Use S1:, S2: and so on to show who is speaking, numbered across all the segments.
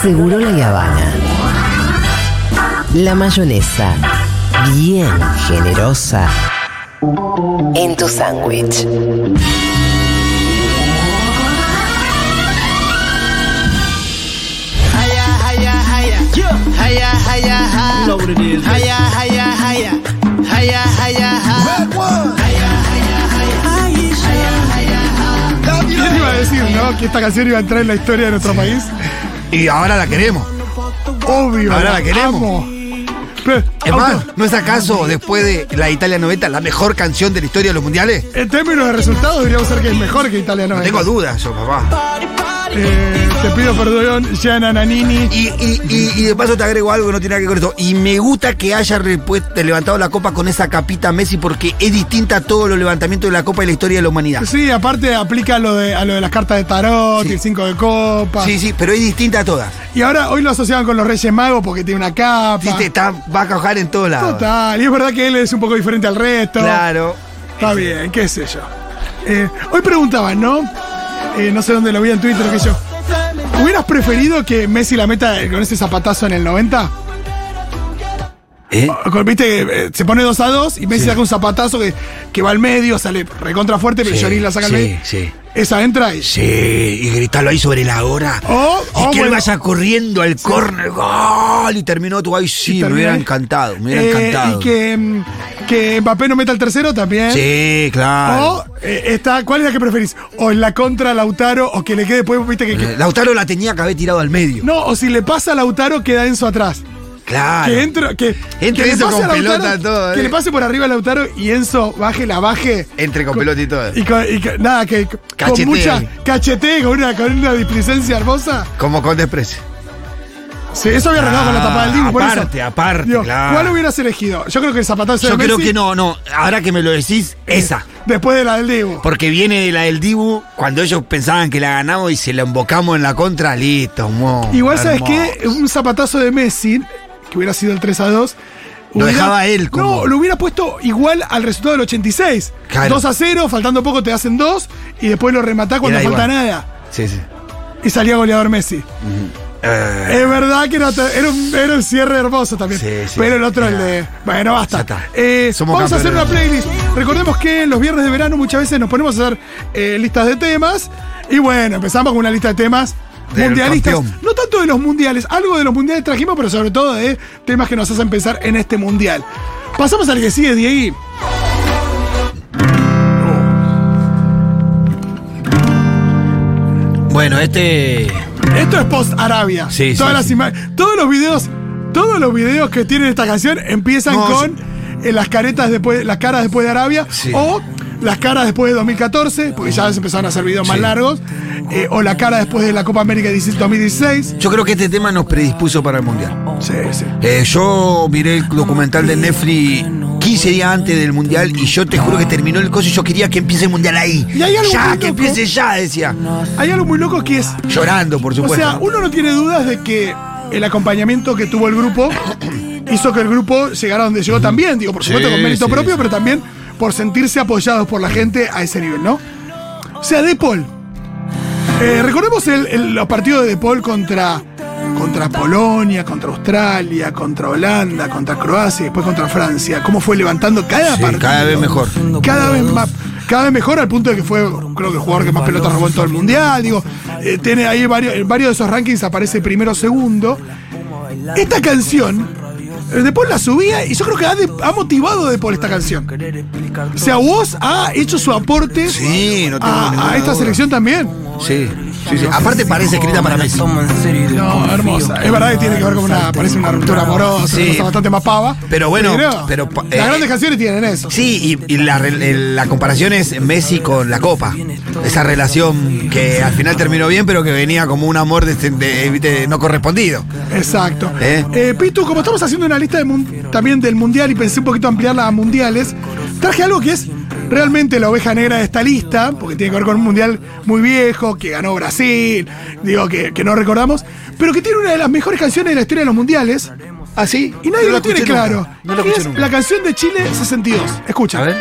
S1: Seguro la Yavana. La mayonesa, bien generosa, en tu sándwich.
S2: ¿Quién iba a decir, no? Que esta canción iba a entrar en la historia de nuestro país.
S3: Y ahora la queremos.
S2: Obvio.
S3: Ahora la queremos.
S2: amo. Pe-
S3: Es
S2: auto-
S3: más, ¿no es acaso después de la Italia 90 la mejor canción de la historia de los mundiales?
S2: En términos de resultados, diríamos ser que es mejor que Italia
S3: No
S2: 90.
S3: tengo dudas yo, papá.
S2: Eh, te pido perdón, Gianna Nanini.
S3: Y, y- y- y de paso te agrego algo que no tiene nada que ver con esto. Y me gusta que haya repuesto- levantado la copa con esa capita Messi porque es distinta a todos los levantamientos de la copa y la historia de la humanidad.
S2: Sí, aparte aplica lo de, a lo de las cartas de tarot,
S3: Sí.
S2: el 5 de copa.
S3: Sí, sí, pero es distinta a todas.
S2: Y ahora hoy lo asociaban con los Reyes Magos porque tiene una capa.
S3: Viste, está, va a cajar en todos lados.
S2: Total, y es verdad que él es un poco diferente al resto.
S3: Claro.
S2: Está bien, qué sé yo. Eh, hoy preguntaban, ¿no? Eh, no sé dónde lo vi en Twitter, qué sé yo. ¿Hubieras preferido que Messi la meta con ese zapatazo en el 90?
S3: ¿Eh?
S2: Con- Viste, eh, se pone 2 a 2 y Messi saca un zapatazo que, que va al medio, sale recontra fuerte, pero
S3: Sí,
S2: Lloris la saca al
S3: sí,
S2: medio.
S3: sí.
S2: Esa entra y.
S3: Sí, y gritarlo ahí sobre la hora.
S2: Oh,
S3: y
S2: oh,
S3: que él
S2: bueno.
S3: vaya corriendo al córner. ¡Gol! Y terminó tú ahí. Sí, me
S2: termina
S3: hubiera
S2: ahí.
S3: encantado. Me hubiera
S2: Eh,
S3: encantado.
S2: Y que, mm, que Mbappé no meta el tercero también.
S3: Sí, claro.
S2: O eh, está, ¿cuál es la que preferís? O en la contra Lautaro, o que le quede después, viste que. que-
S3: Eh, Lautaro la tenía que haber tirado al medio.
S2: No, o si le pasa a Lautaro, queda Enzo atrás.
S3: Claro.
S2: Que entro, que,
S3: Entra
S2: que
S3: Enzo con pelota, todo,
S2: que
S3: eh.
S2: le pase por arriba a Lautaro y Enzo baje la baje.
S3: Entre con pelota y todo.
S2: Y, con- y con- nada, que con
S3: Cachetee.
S2: mucha cachete, con una, con una displicencia hermosa.
S3: Como con desprecio.
S2: Sí, eso había arreglado con la tapa del Dibu, por eso.
S3: aparte, aparte,
S2: Digo,
S3: claro.
S2: ¿Cuál hubieras elegido? Yo creo que el zapatazo
S3: Yo
S2: de
S3: creo
S2: Messi, Eh.
S3: que no, no. Ahora que me lo decís, esa.
S2: Después de la del Dibu.
S3: Porque viene de la del Dibu, cuando ellos pensaban que la ganamos y se la embocamos en la contra, listo, mo,
S2: Igual, ¿sabes
S3: hermoso.
S2: qué? Un zapatazo de Messi, que hubiera sido el 3 a 2.
S3: Lo dejaba él como-
S2: No, lo hubiera puesto igual al resultado del 86.
S3: Claro.
S2: 2 a 0, faltando poco te hacen 2 y después lo rematás cuando
S3: Era
S2: falta
S3: igual.
S2: nada.
S3: Sí, sí.
S2: Y salía goleador Messi.
S3: Eh,
S2: Es verdad que era, era un, era un cierre hermoso también.
S3: Sí, sí.
S2: pero el otro, el
S3: Era-
S2: de. Bueno, basta.
S3: Ya está.
S2: Eh,
S3: Somos
S2: vamos a hacer una
S3: campeones.
S2: playlist. Recordemos que los viernes de verano muchas veces nos ponemos a hacer eh, listas de temas. Y bueno, empezamos con una lista de temas
S3: Del
S2: mundialistas.
S3: campeón.
S2: No tanto de los mundiales, algo de los mundiales trajimos, pero sobre todo de temas que nos hacen pensar en este mundial. Pasamos al que sigue, Diego.
S3: Bueno, este.
S2: Esto es post Arabia.
S3: Sí,
S2: Todas
S3: sí,
S2: las
S3: sí.
S2: ima- todos los videos, todos los videos que tienen esta canción empiezan
S3: No,
S2: con eh, las caretas después, las caras después de Arabia
S3: Sí.
S2: o las caras después de 2014, porque ya se empezaron a hacer videos más
S3: Sí.
S2: largos, eh, o la cara después de la Copa América 16 2016.
S3: Yo creo que este tema nos predispuso para el mundial.
S2: Sí, sí.
S3: Eh, yo miré el documental de Netflix 15 días antes del mundial y yo te juro que terminó el coso y yo quería que empiece el mundial ahí.
S2: Y hay algo
S3: ya,
S2: muy
S3: que
S2: loco.
S3: empiece ya, decía.
S2: Hay algo muy loco que es,
S3: Llorando, por
S2: o
S3: supuesto.
S2: sea, uno no tiene dudas de que el acompañamiento que tuvo el grupo hizo que el grupo llegara donde llegó también, digo, por supuesto
S3: Sí,
S2: con mérito
S3: sí,
S2: propio,
S3: sí.
S2: pero también por sentirse apoyados por la gente a ese nivel, ¿no? O sea, De Paul. Eh, recordemos el- el- los partidos de De Paul contra, contra Polonia, contra Australia, contra Holanda, contra Croacia y después contra Francia. ¿Cómo fue levantando cada
S3: Sí,
S2: partido?
S3: cada vez mejor.
S2: Cada vez más. Cada vez mejor al punto de que fue, creo que el jugador que más pelotas robó en todo el mundial. Digo, eh, tiene ahí varios, en varios de esos rankings aparece primero segundo. Esta canción, eh, De Paul la subía y yo creo que ha, de- ha motivado a De Paul esta canción. O sea, vos ha hecho su aporte
S3: Sí, no tengo
S2: a,
S3: ninguna
S2: a esta
S3: duda.
S2: selección también.
S3: Sí, sí, sí. Aparte parece escrita para Messi.
S2: No, hermosa. Es verdad que tiene que ver con una, parece una ruptura amorosa,
S3: Sí.
S2: una cosa bastante más pava.
S3: Pero bueno,
S2: no,
S3: pero pa-
S2: las
S3: eh,
S2: grandes canciones tienen eso.
S3: Sí, y, y la, re- el- la comparación es Messi con la Copa. Esa relación que al final terminó bien, pero que venía como un amor de- de- de- no correspondido.
S2: Exacto.
S3: ¿Eh?
S2: Eh, Pitu, como estamos haciendo una lista de mun- también del mundial y pensé un poquito ampliarla a mundiales, traje algo que es realmente la oveja negra de esta lista, porque tiene que ver con un mundial muy viejo, que ganó Brasil, digo que, que no recordamos, pero que tiene una de las mejores canciones de la historia de los mundiales.
S3: ¿Ah, sí?
S2: Y nadie
S3: No
S2: lo,
S3: escuché
S2: tiene
S3: nunca.
S2: claro.
S3: No lo
S2: Que
S3: escuché
S2: es
S3: nunca.
S2: la canción de Chile 62. Escucha.
S3: A ver.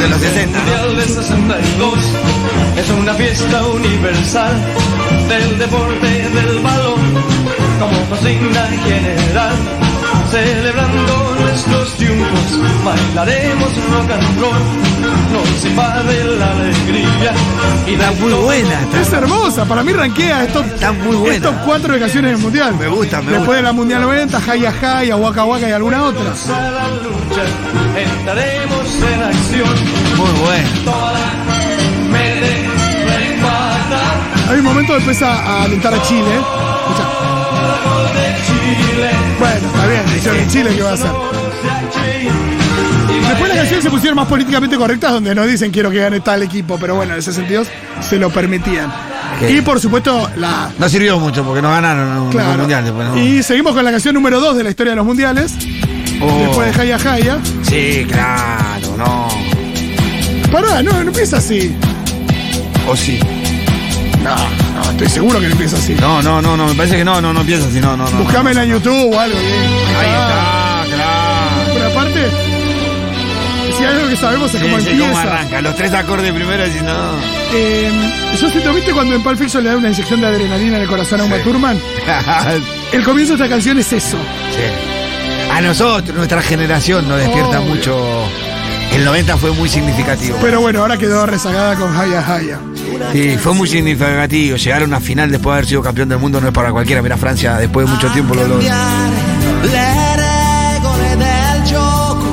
S3: de los 60.
S4: Mundial del 62 es una fiesta universal del deporte del balón como consigna general. Celebrando nuestros triunfos, bailaremos rock and roll, nos invade la alegría y la
S3: Está muy buena.
S2: Es hermosa, para mí ranquea estos,
S3: Está muy buena.
S2: estos cuatro de canciones del mundial.
S3: Me gusta, me
S2: Después
S3: gusta.
S2: de la mundial 90, Jaya Jaya, Waka Waka y alguna otra.
S4: a la lucha, entraremos en acción.
S3: Muy buena.
S2: Hay un momento que empieza a alentar a Chile. Escuchá. Bueno, está bien, dice Chile qué va a hacer. Después las canciones se pusieron más políticamente correctas donde no dicen quiero que gane tal equipo, pero bueno, en ese sentido se lo permitían.
S3: Ok.
S2: Y por supuesto la...
S3: No sirvió mucho porque no ganaron un
S2: Claro.
S3: mundial después. ¿no?
S2: Y seguimos con la canción número 2 de la historia de los mundiales.
S3: Oh.
S2: Después de Jaya Jaya.
S3: Sí, claro, no.
S2: Pará, no, no empieza así.
S3: O sí.
S2: No, no, estoy seguro que no empieza así.
S3: No, no, no, no, me parece que no, no, no pienso así, no, no, no.
S2: Buscámela en YouTube o algo. ¿eh?
S3: Ahí
S2: Ah.
S3: está, claro.
S2: Pero aparte, si hay algo que sabemos es
S3: Sí,
S2: cómo
S3: sí,
S2: empieza.
S3: cómo arranca. Los tres acordes primero y si no.
S2: Eh, yo siento, ¿viste cuando en Pulp Fiction le da una inyección de adrenalina en el corazón a Uma
S3: Sí.
S2: Thurman?
S3: sí.
S2: El comienzo de esta canción es eso.
S3: A nosotros, nuestra generación, nos despierta
S2: Obvio.
S3: mucho. El 90 fue muy significativo.
S2: Pero bueno, ahora quedó rezagada con Haya Haya.
S3: Sí, fue muy significativo. Llegar a una final después de haber sido campeón del mundo no es para cualquiera. Mira, Francia, después de
S2: Ah,
S3: mucho tiempo lo logra.
S5: cambiare le regole del gioco,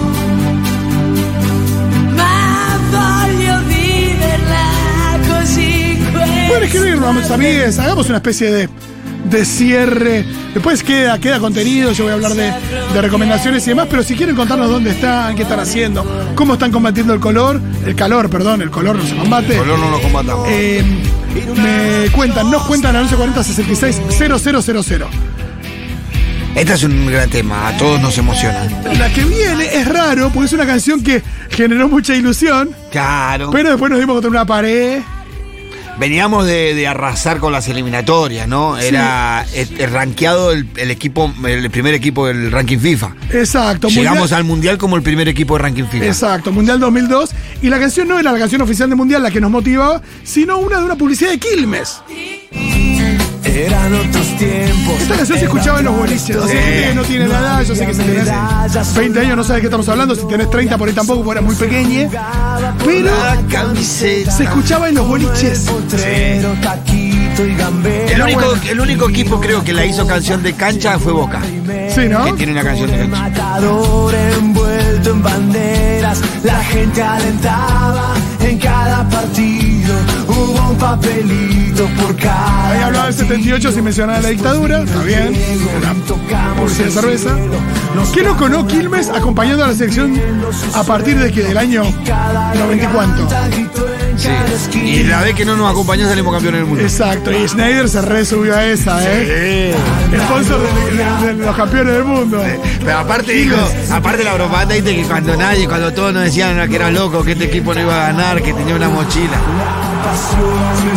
S5: ma voglio viverla così.
S2: Pueden escribirnos, mis amigues. Hagamos una especie de, de cierre. Después queda, queda contenido. Yo voy a hablar de, de recomendaciones y demás. Pero si quieren contarnos dónde están, qué están haciendo, cómo están combatiendo el color, el calor, perdón, el color no se combate.
S3: Color no lo combatamos.
S2: Eh, me cuentan, nos cuentan al 1140-66-0000.
S3: Este es un gran tema. A todos nos emociona.
S2: La que viene es raro porque es una canción que generó mucha ilusión,
S3: Claro.
S2: pero después nos dimos contra una pared.
S3: Veníamos de, de arrasar con las eliminatorias, ¿no? Era eh, eh, rankeado el, el equipo, el primer equipo del ranking FIFA.
S2: Exacto,
S3: Llegamos
S2: mundial,
S3: al mundial como el primer equipo de ranking FIFA.
S2: Exacto, Mundial 2002. Y la canción no era la canción oficial de Mundial la que nos motivaba, sino una de una publicidad de Quilmes.
S6: Eran otros tiempos.
S2: Esta canción se escuchaba en los boliches. O sea, gente que no tiene la edad, yo sé que si tenés 20 años no sabes de qué estamos hablando, si tenés 30 por ahí tampoco, porque eras muy pequeña. Pero se escuchaba en los boliches.
S6: Potrero, taquito y gambero.
S3: El único, el único equipo creo que la hizo canción de cancha fue Boca.
S2: Sí, ¿no?
S3: Que tiene una canción de cancha.
S6: Matador envuelto en banderas. La gente alentaba en cada partido. Hubo un papelito por cada.
S2: Ahí hablaba del 78 sin mencionar la dictadura, está bien. Una publicidad de cerveza. ¿Qué nos conó Quilmes acompañando a la selección a partir de que del año 90 y cuánto?
S3: Sí. Y la vez que no nos acompañó salimos campeones del mundo.
S2: Exacto, y Schneider se resubió a esa, ¿eh? Sponsor de, de- de los campeones del mundo.
S3: Pero aparte dijo, aparte la bromata viste que cuando nadie, cuando todos nos decían que era loco, que este equipo no iba a ganar, que tenía una mochila.
S2: Sí,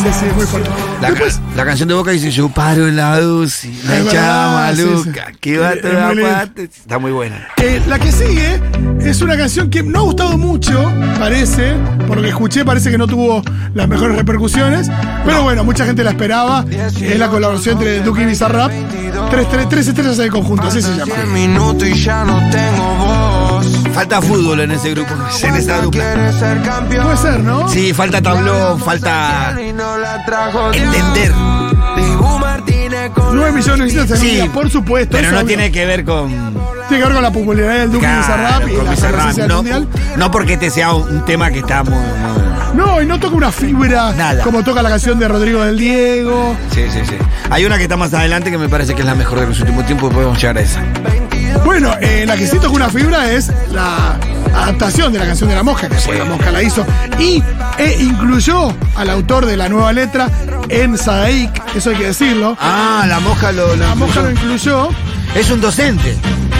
S2: sí, sí, muy fuerte.
S3: La, ca- la canción de Boca dice, yo paro en la UCI, la
S2: Es
S3: echaba
S2: verdad, sí,
S3: maluca,
S2: sí.
S3: que va
S2: Es- es
S3: toda
S2: muy lindo.
S3: parte. Está muy buena.
S2: Eh, la que sigue es una canción que no ha gustado mucho, parece. Por lo que escuché, parece que no tuvo las mejores repercusiones. Pero bueno, mucha gente la esperaba. Es la colaboración entre Duki y Bizarrap. Tres, tres, tres estrellas en el conjunto, así se llama.
S7: minuto y ya no tengo voz.
S3: Falta fútbol en ese grupo, en esa dupla.
S7: Quieres ser campeón.
S2: Puede ser, ¿no?
S3: Sí, falta tablón, falta
S7: Y no la trajo Dios.
S3: entender.
S7: Dibu Martínez con
S2: 9 millones de visitas en un
S3: Sí,
S2: día, por supuesto.
S3: Pero
S2: es
S3: no
S2: obvio.
S3: tiene que ver con...
S2: Tiene que ver con la popularidad del Duki y Bizarrap
S3: Claro,
S2: y
S3: con
S2: la
S3: Bizarrap,
S2: presencia del
S3: no,
S2: mundial.
S3: no porque este sea un, un tema que está muy, muy-
S2: No, y no toca una fibra
S3: Nada.
S2: como toca la canción de Rodrigo del Diego.
S3: Sí, sí, sí. Hay una que está más adelante que me parece que es la mejor de los últimos tiempos. Podemos llegar a esa.
S2: Bueno, eh, la que sí toca una fibra es la adaptación de la canción de la mosca, que fue la mosca la hizo, y eh, incluyó al autor de la nueva letra en Sadaik, eso hay que decirlo.
S3: Ah, la mosca lo. lo
S2: La mosca lo
S3: incluyó.
S2: incluyó
S3: Es un docente.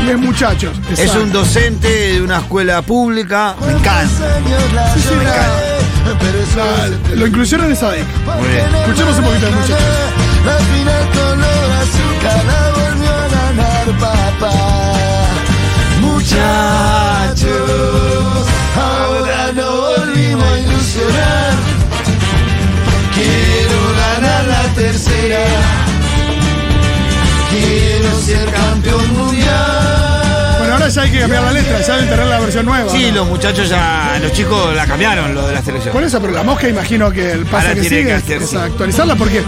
S2: los muchachos.
S3: Es un docente de una escuela pública. Me encanta. Me encanta.
S2: La- lo incluyeron en Sadaik.
S3: Muy bien.
S2: Escuchemos un poquito de muchachos.
S6: La final color azúcar la volvió a ganar papá. Muchachos, ahora no volverá.
S2: ya hay que cambiar la letra, ya deben tener la versión nueva.
S3: Sí,
S2: ¿no?
S3: los muchachos ya, los chicos la cambiaron, lo de la selección.
S2: Por eso, pero la mosca imagino que el paso
S3: Ahora
S2: que
S3: tiene
S2: sigue
S3: que
S2: es-
S3: hacer,
S2: es
S3: sí.
S2: actualizarla porque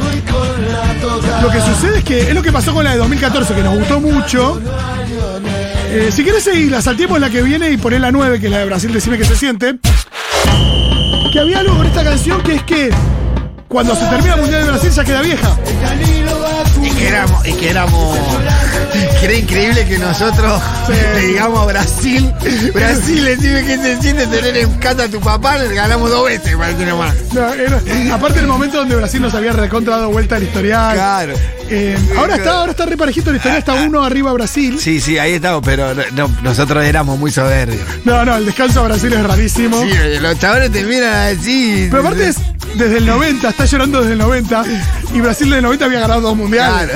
S2: lo que sucede es que es lo que pasó con la de 2014, que nos gustó mucho. Eh, si querés seguir, la salteamos la que viene y poné la 9, que es la de Brasil, decime que se siente. Que había algo con esta canción que es que cuando se termina el Mundial de Brasil ya queda vieja.
S3: Y que éramos, y que éramos. Que era increíble que nosotros le digamos a Brasil. Brasil, decime que se siente tener en casa a tu papá, le ganamos dos veces, parece nomás.
S2: No, era- aparte del momento donde Brasil nos había recontra dado vuelta al historial.
S3: Claro.
S2: Eh, ahora está, ahora está reparejito el historial, está uno arriba Brasil.
S3: Sí, sí, ahí estamos, pero no- no, nosotros éramos muy soberbios.
S2: No, no, el descanso a Brasil es rarísimo.
S3: Sí, los chavales te miran así.
S2: Pero aparte es desde el 90, está llorando desde el 90. Y Brasil desde el 90 había ganado dos mundiales.
S3: Claro.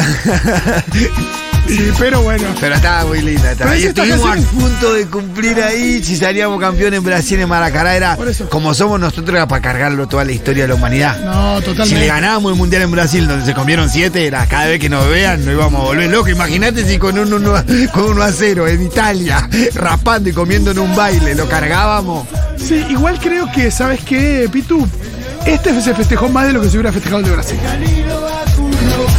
S2: Sí, pero bueno.
S3: Pero estaba muy linda. estaba-
S2: Pero
S3: y
S2: es esta
S3: estuvimos
S2: canción-
S3: a punto de cumplir ahí. Si salíamos campeón en Brasil, en Maracará, era
S2: Por eso.
S3: como somos nosotros, era para cargarlo toda la historia de la humanidad.
S2: No,
S3: Si le
S2: totalmente.
S3: ganábamos el mundial en Brasil, donde se comieron siete, era cada vez que nos vean, nos íbamos a volver locos. Imagínate si con un 1 con uno a 0 en Italia, rapando y comiendo en un baile, lo cargábamos.
S2: Sí, igual creo que, ¿sabes qué, Pitu? Este se festejó más de lo que se hubiera festejado el de Brasil.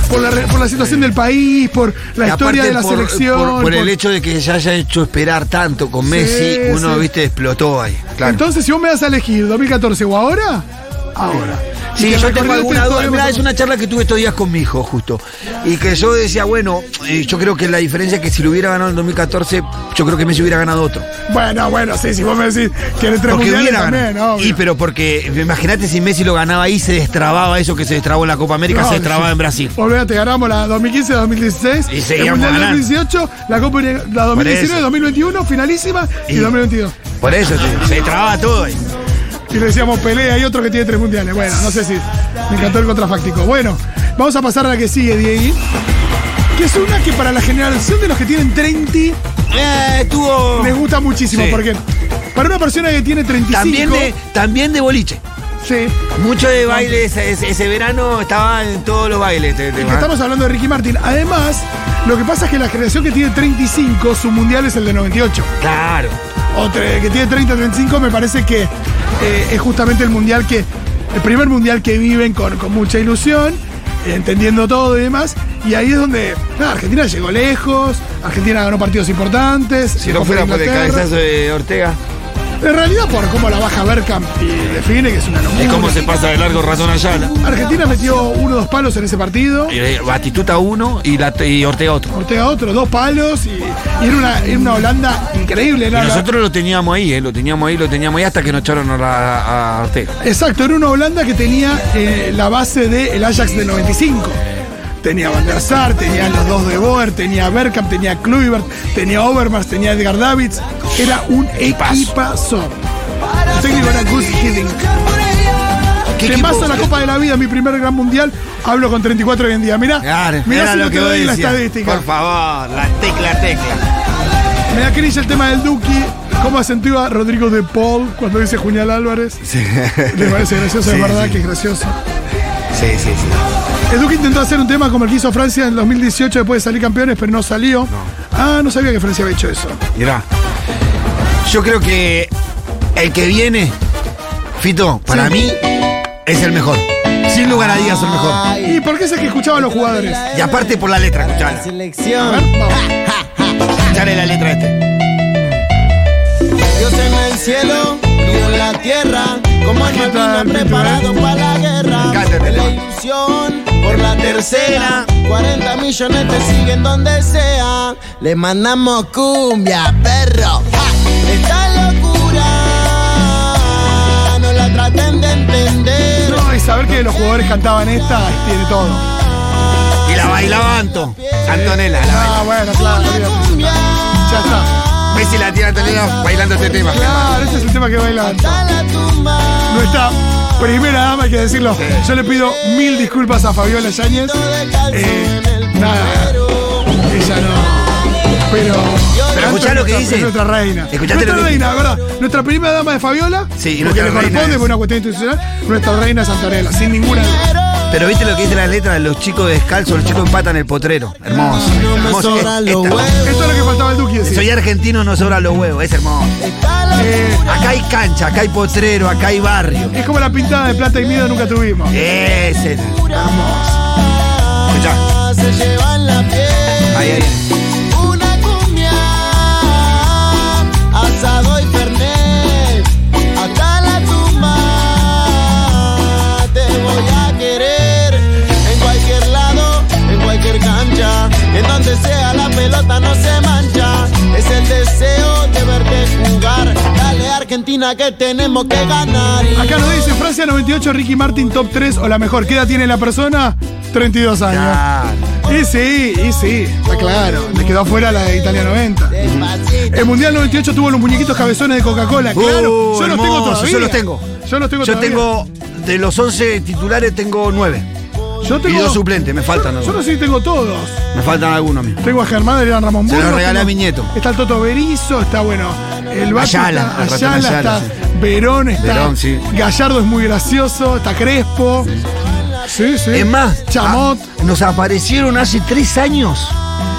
S2: Por la, re- por la situación del país, por la
S3: Y
S2: historia
S3: aparte
S2: de la
S3: por-
S2: selección.
S3: Por, por el
S2: por-
S3: hecho de que se haya hecho esperar tanto con Messi, uno,
S2: sí.
S3: viste, explotó ahí. Claro.
S2: Entonces, si vos me das a elegir 2014 o ahora, ahora. Y
S3: Sí,
S2: que
S3: yo
S2: recorrido
S3: tengo alguna
S2: este
S3: duda.
S2: historia-
S3: Mirá, es una charla que tuve estos días con mi hijo, justo. Y que yo decía, bueno, eh, yo creo que la diferencia es que si lo hubiera ganado en 2014, yo creo que Messi hubiera ganado otro.
S2: Bueno, bueno, sí, si vos me decís que entre
S3: Porque
S2: mundiales
S3: hubiera
S2: también,
S3: ganado.
S2: obvio.
S3: Y pero porque, imagínate si Messi lo ganaba ahí, se destrababa eso que se destrabó en la Copa América,
S2: No,
S3: se destrababa
S2: sí.
S3: en Brasil.
S2: Olvídate, ganamos la 2015-2016.
S3: Y seguíamos
S2: el Mundial
S3: ganando.
S2: 2018, la Copa Uni- la 2019-2021, finalísima, y,
S3: Y-
S2: 2022.
S3: Por eso, se, se destrababa todo ahí.
S2: Y le decíamos pelea, hay otro que tiene tres mundiales. Bueno, no sé si. Me encantó el contrafáctico. Bueno, vamos a pasar a la que sigue, Diego. Que es una que para la generación de los que tienen 30
S3: Eh, estuvo.
S2: les gusta muchísimo.
S3: Sí.
S2: Porque para una persona que tiene 35.
S3: También de, también de boliche.
S2: Sí.
S3: Mucho de baile, ese, ese- ese verano estaba en todos los bailes. te- te-
S2: Que estamos hablando de Ricky Martin. Además, lo que pasa es que la generación que tiene 35, su mundial es el de 98.
S3: Claro.
S2: O tre- eh, que tiene 30, 35, me parece que eh, es justamente el mundial que. El primer mundial que viven con, con mucha ilusión, eh, entendiendo todo y demás. Y ahí es donde. nada, Argentina llegó lejos, Argentina ganó partidos importantes.
S3: Si no fuera por el
S2: Inglaterra.
S3: cabezazo de Ortega.
S2: En realidad, por cómo la baja Bergkamp y define, que es una locura.
S3: Y cómo se pasa de largo razón allá.
S2: Argentina metió uno o dos palos en ese partido.
S3: Batituta Eh, uno y, la- y Ortega otro.
S2: Ortega otro, dos palos y, y era, una, era una Holanda increíble.
S3: Y
S2: Era la-
S3: nosotros lo teníamos ahí, eh, lo teníamos ahí, lo teníamos ahí hasta que nos echaron a, la- a Ortega.
S2: exacto, era una Holanda que tenía eh, la base del Ajax del 95. Tenía Van der Sar, tenía los dos de Boer, tenía Bergkamp, tenía Kluivert, tenía Overmars, tenía Edgar Davids. Era un equipazo. El técnico era Gus Hiddink.
S3: ¿Qué
S2: Te
S3: equipo?
S2: paso la Copa de la Vida, mi primer gran mundial. Hablo con 34 hoy en día. Mirá,
S3: Claro,
S2: mirá
S3: era
S2: si no
S3: lo
S2: te
S3: que vos
S2: doy la
S3: decías.
S2: estadística.
S3: Por favor, la tecla, tecla.
S2: Me da cringe el tema del Duki. ¿Cómo acentúa Rodrigo de Paul cuando dice Julián Álvarez? Le parece gracioso, es
S3: Sí,
S2: verdad
S3: sí.
S2: que es gracioso.
S3: Sí, sí, sí.
S2: El Duki intentó hacer un tema como el que hizo Francia en 2018 después de salir campeones, pero no salió. Ah, no sabía que Francia había hecho eso.
S3: Mirá. Yo creo que el que viene, Fito, para
S2: Sí.
S3: mí es el mejor. Sin lugar a dudas el mejor.
S2: ¿Y por qué es el que escuchaba a los jugadores?
S3: Y aparte por la letra, escuchala.
S2: A ver, vamos.
S3: Escuchale la letra este.
S8: Dios en el cielo, Dios en la tierra, como el
S2: tal,
S8: marino
S2: Pitu, eh?
S8: preparado para la guerra.
S3: Cántate,
S8: la
S3: pa.
S8: ilusión por la tercera, 40 millones te siguen donde sea. Le mandamos cumbia, perro. ¡Ja! Esta locura no la traten de entender.
S2: No, y saber que los jugadores cantaban esta tiene todo.
S3: Y la bailaba Anto. Antonella, la
S2: Ah, bueno, claro, olvídate.
S8: Cumbia,
S2: Ya está.
S3: bailaba. Messi la tía Antonella bailando este tema.
S2: Claro, ese es el tema que bailan.
S8: hasta la tumba.
S2: Nuestra primera dama, hay que decirlo. Yo le pido mil disculpas a Fabiola Yáñez.
S8: De calzón
S2: Eh,
S8: en el
S2: nada.
S8: primero.
S2: Ella no. Pero.
S3: Pero escuchá lo que
S2: Nuestra-
S3: dice.
S2: es Nuestra reina.
S3: Escuchate
S2: nuestra
S3: lo que-
S2: reina, ¿verdad? Nuestra primera dama de Fabiola.
S3: Sí, y
S2: porque le
S3: nuestra reina
S2: corresponde
S3: es-
S2: por una cuestión institucional. Nuestra reina Santarela, sin ninguna.
S3: Pero viste lo que dice la letra, los chicos descalzos, los chicos empatan el potrero. Hermoso.
S8: No me
S3: Hermoso.
S8: sobran los
S3: Esta.
S8: huevos.
S2: Esto es lo que faltaba el Duki. quiere decir.
S3: Soy argentino, no sobran los huevos, es hermoso.
S8: Está la
S2: Eh,
S8: locura.
S3: Acá hay cancha, acá hay potrero, acá hay barrio.
S2: Es como la pintada de plata y miedo nunca tuvimos.
S3: Es
S8: Se
S3: el.
S8: lleva en la piel
S3: Ahí, ahí.
S8: una cumbia, asado y fernet, hasta la tumba te voy a querer en cualquier lado, en cualquier cancha, en donde sea la pelota no se mancha, es el deseo de verte jugar, dale Argentina que tenemos que ganar. Y-
S2: Acá nos dice Francia 98, Ricky Martin top 3 o la mejor. ¿Qué edad tiene la persona? 32 años.
S3: Claro.
S2: Y sí, y sí, está claro. Le quedó afuera la de Italia 90.
S8: Despacito.
S2: El Mundial 98 tuvo los muñequitos cabezones de Coca-Cola, claro.
S3: Oh,
S2: yo los tengo
S3: hermoso,
S2: todavía.
S3: yo los tengo.
S2: Yo los tengo
S3: Yo
S2: todavía.
S3: tengo, de los 11 titulares, tengo 9.
S2: Yo
S3: Y
S2: tengo-
S3: dos suplentes, me faltan
S2: Yo, yo no
S3: algunos.
S2: sé si tengo todos.
S3: Me faltan algunos a mí.
S2: Tengo a Germán de Ramón
S3: Se lo
S2: Burgos,
S3: regalé
S2: tengo-
S3: a mi nieto.
S2: Está el Toto Berizo, está bueno. El Bacho
S3: Ayala,
S2: está-
S3: el ratón
S2: Ayala,
S3: Ayala,
S2: está Verón, está
S3: Verón, sí.
S2: Gallardo es muy gracioso, está Crespo. Sí, sí.
S3: Es más,
S2: ¿Eh? Chamot.
S3: a- nos aparecieron hace tres años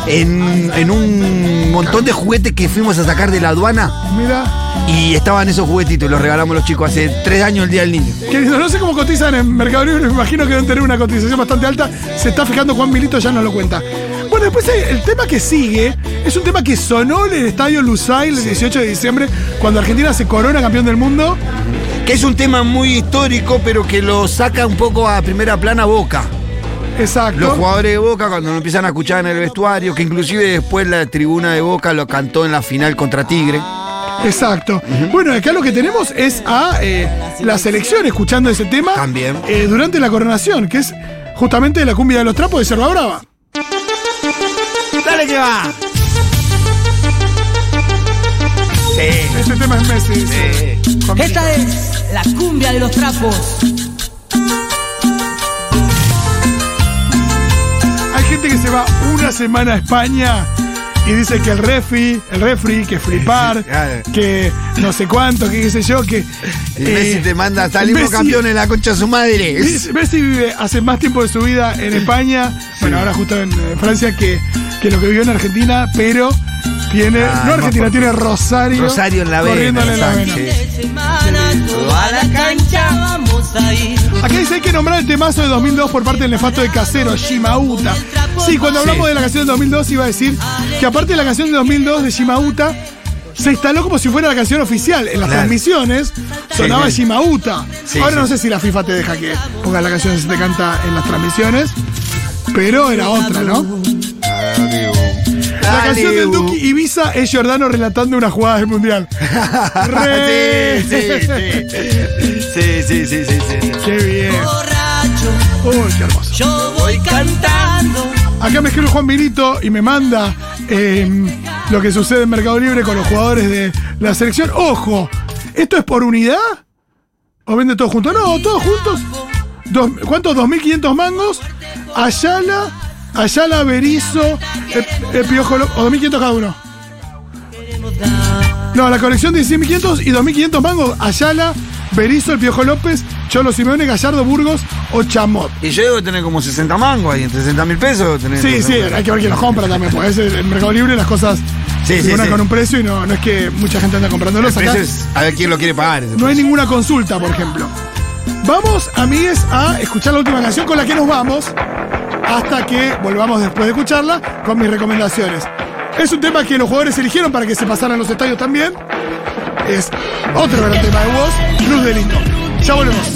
S3: en, en un montón de juguetes que fuimos a sacar de la aduana
S2: Mira.
S3: y estaban esos juguetitos, los regalamos a los chicos hace tres años el Día del Niño.
S2: Que no sé cómo cotizan en Mercado Libre, me imagino que deben tener una cotización bastante alta. Se está fijando Juan Milito, ya nos lo cuenta. Bueno, después eh, el tema que sigue es un tema que sonó en el estadio Lusail el 18 de diciembre, cuando Argentina se corona campeón del mundo.
S3: Que es un tema muy histórico, pero que lo saca un poco a primera plana Boca.
S2: Exacto.
S3: Los jugadores de Boca cuando lo empiezan a escuchar en el vestuario, que inclusive después la tribuna de Boca lo cantó en la final contra Tigre.
S2: Ah. Exacto. Bueno, acá lo que tenemos es a eh, la selección escuchando ese tema.
S3: También.
S2: eh, durante la coronación, que es justamente la cumbia de los trapos de Cerva Brava.
S3: ¡Dale que va! Sí.
S2: Ese tema es Messi. Con-
S9: Esta es la cumbia de los trapos.
S2: Hay gente que se va una semana a España y dice que el refi, el refri, que flipar,
S3: claro.
S2: que no sé cuánto, que qué sé yo, que.
S3: Y Messi
S2: eh,
S3: te manda, salimos
S2: Messi-
S3: campeón en la concha de su madre.
S2: Messi Messi vive hace más tiempo de su vida en España, bueno, ahora justo en eh, Francia, que, que lo que vivió en Argentina, pero tiene. no
S3: Ah, más
S2: Argentina,
S3: por-
S2: tiene Rosario.
S3: Rosario en la vena.
S2: corriéndole la
S3: Sánchez.
S2: vena.
S9: Semana toda la cancha vamos a ir.
S2: Acá dice hay que nombrar el temazo de 2002 por parte del nefasto de Casero, Shimauta. Sí, cuando hablamos
S3: Sí.
S2: de la canción de 2002 iba a decir que aparte de la canción de 2002 de Shimauta, se instaló como si fuera la canción oficial. En las
S3: Claro.
S2: transmisiones sonaba
S3: sí.
S2: Shimauta.
S3: Sí,
S2: Ahora
S3: sí.
S2: no sé si la FIFA te deja que pongas la canción que se te canta en las transmisiones, pero era otra, ¿no? La canción del Duki Ibiza es Giordano relatando una jugada del Mundial. Re.
S3: sí, sí, sí, sí, sí, sí, sí, sí.
S2: ¡Qué bien!
S9: Borracho,
S2: ¡Uy, qué hermoso!
S9: yo voy cantando.
S2: Acá me escribe Juan Vinito y me manda eh, lo que sucede en Mercado Libre con los jugadores de la selección. Ojo, ¿esto es por unidad? ¿O vende todos juntos? No, todos juntos. Dos- ¿Cuántos? 2.500 mangos. Ayala, Ayala, Berizo, eh, eh, Piojo, Lo- o 2.500 cada uno. No, la colección de 100.500 y 2.500 mangos. Ayala, Berizo, el Piojo López, Cholo Simeone, Gallardo, Burgos o Chamot.
S3: Y yo debo tener como 60 mangos ahí, 60 mil pesos. debo tener.
S2: Sí, sí, hay que ver quién los compra también, porque a veces en Mercado Libre las cosas
S3: Sí,
S2: se
S3: sí,
S2: ponen
S3: sí.
S2: con un precio y no, no es que mucha gente anda
S3: El
S2: comprándolos. Acá
S3: precio es- a ver quién lo quiere pagar. ese
S2: no hay
S3: precio.
S2: ninguna consulta, por ejemplo. Vamos, amigues, a escuchar la última canción con la que nos vamos, hasta que volvamos después de escucharla con mis recomendaciones. Es un tema que los jugadores eligieron para que se pasaran los estadios también. Es otro gran tema de voz, Luz de Lindo. Ya volvemos.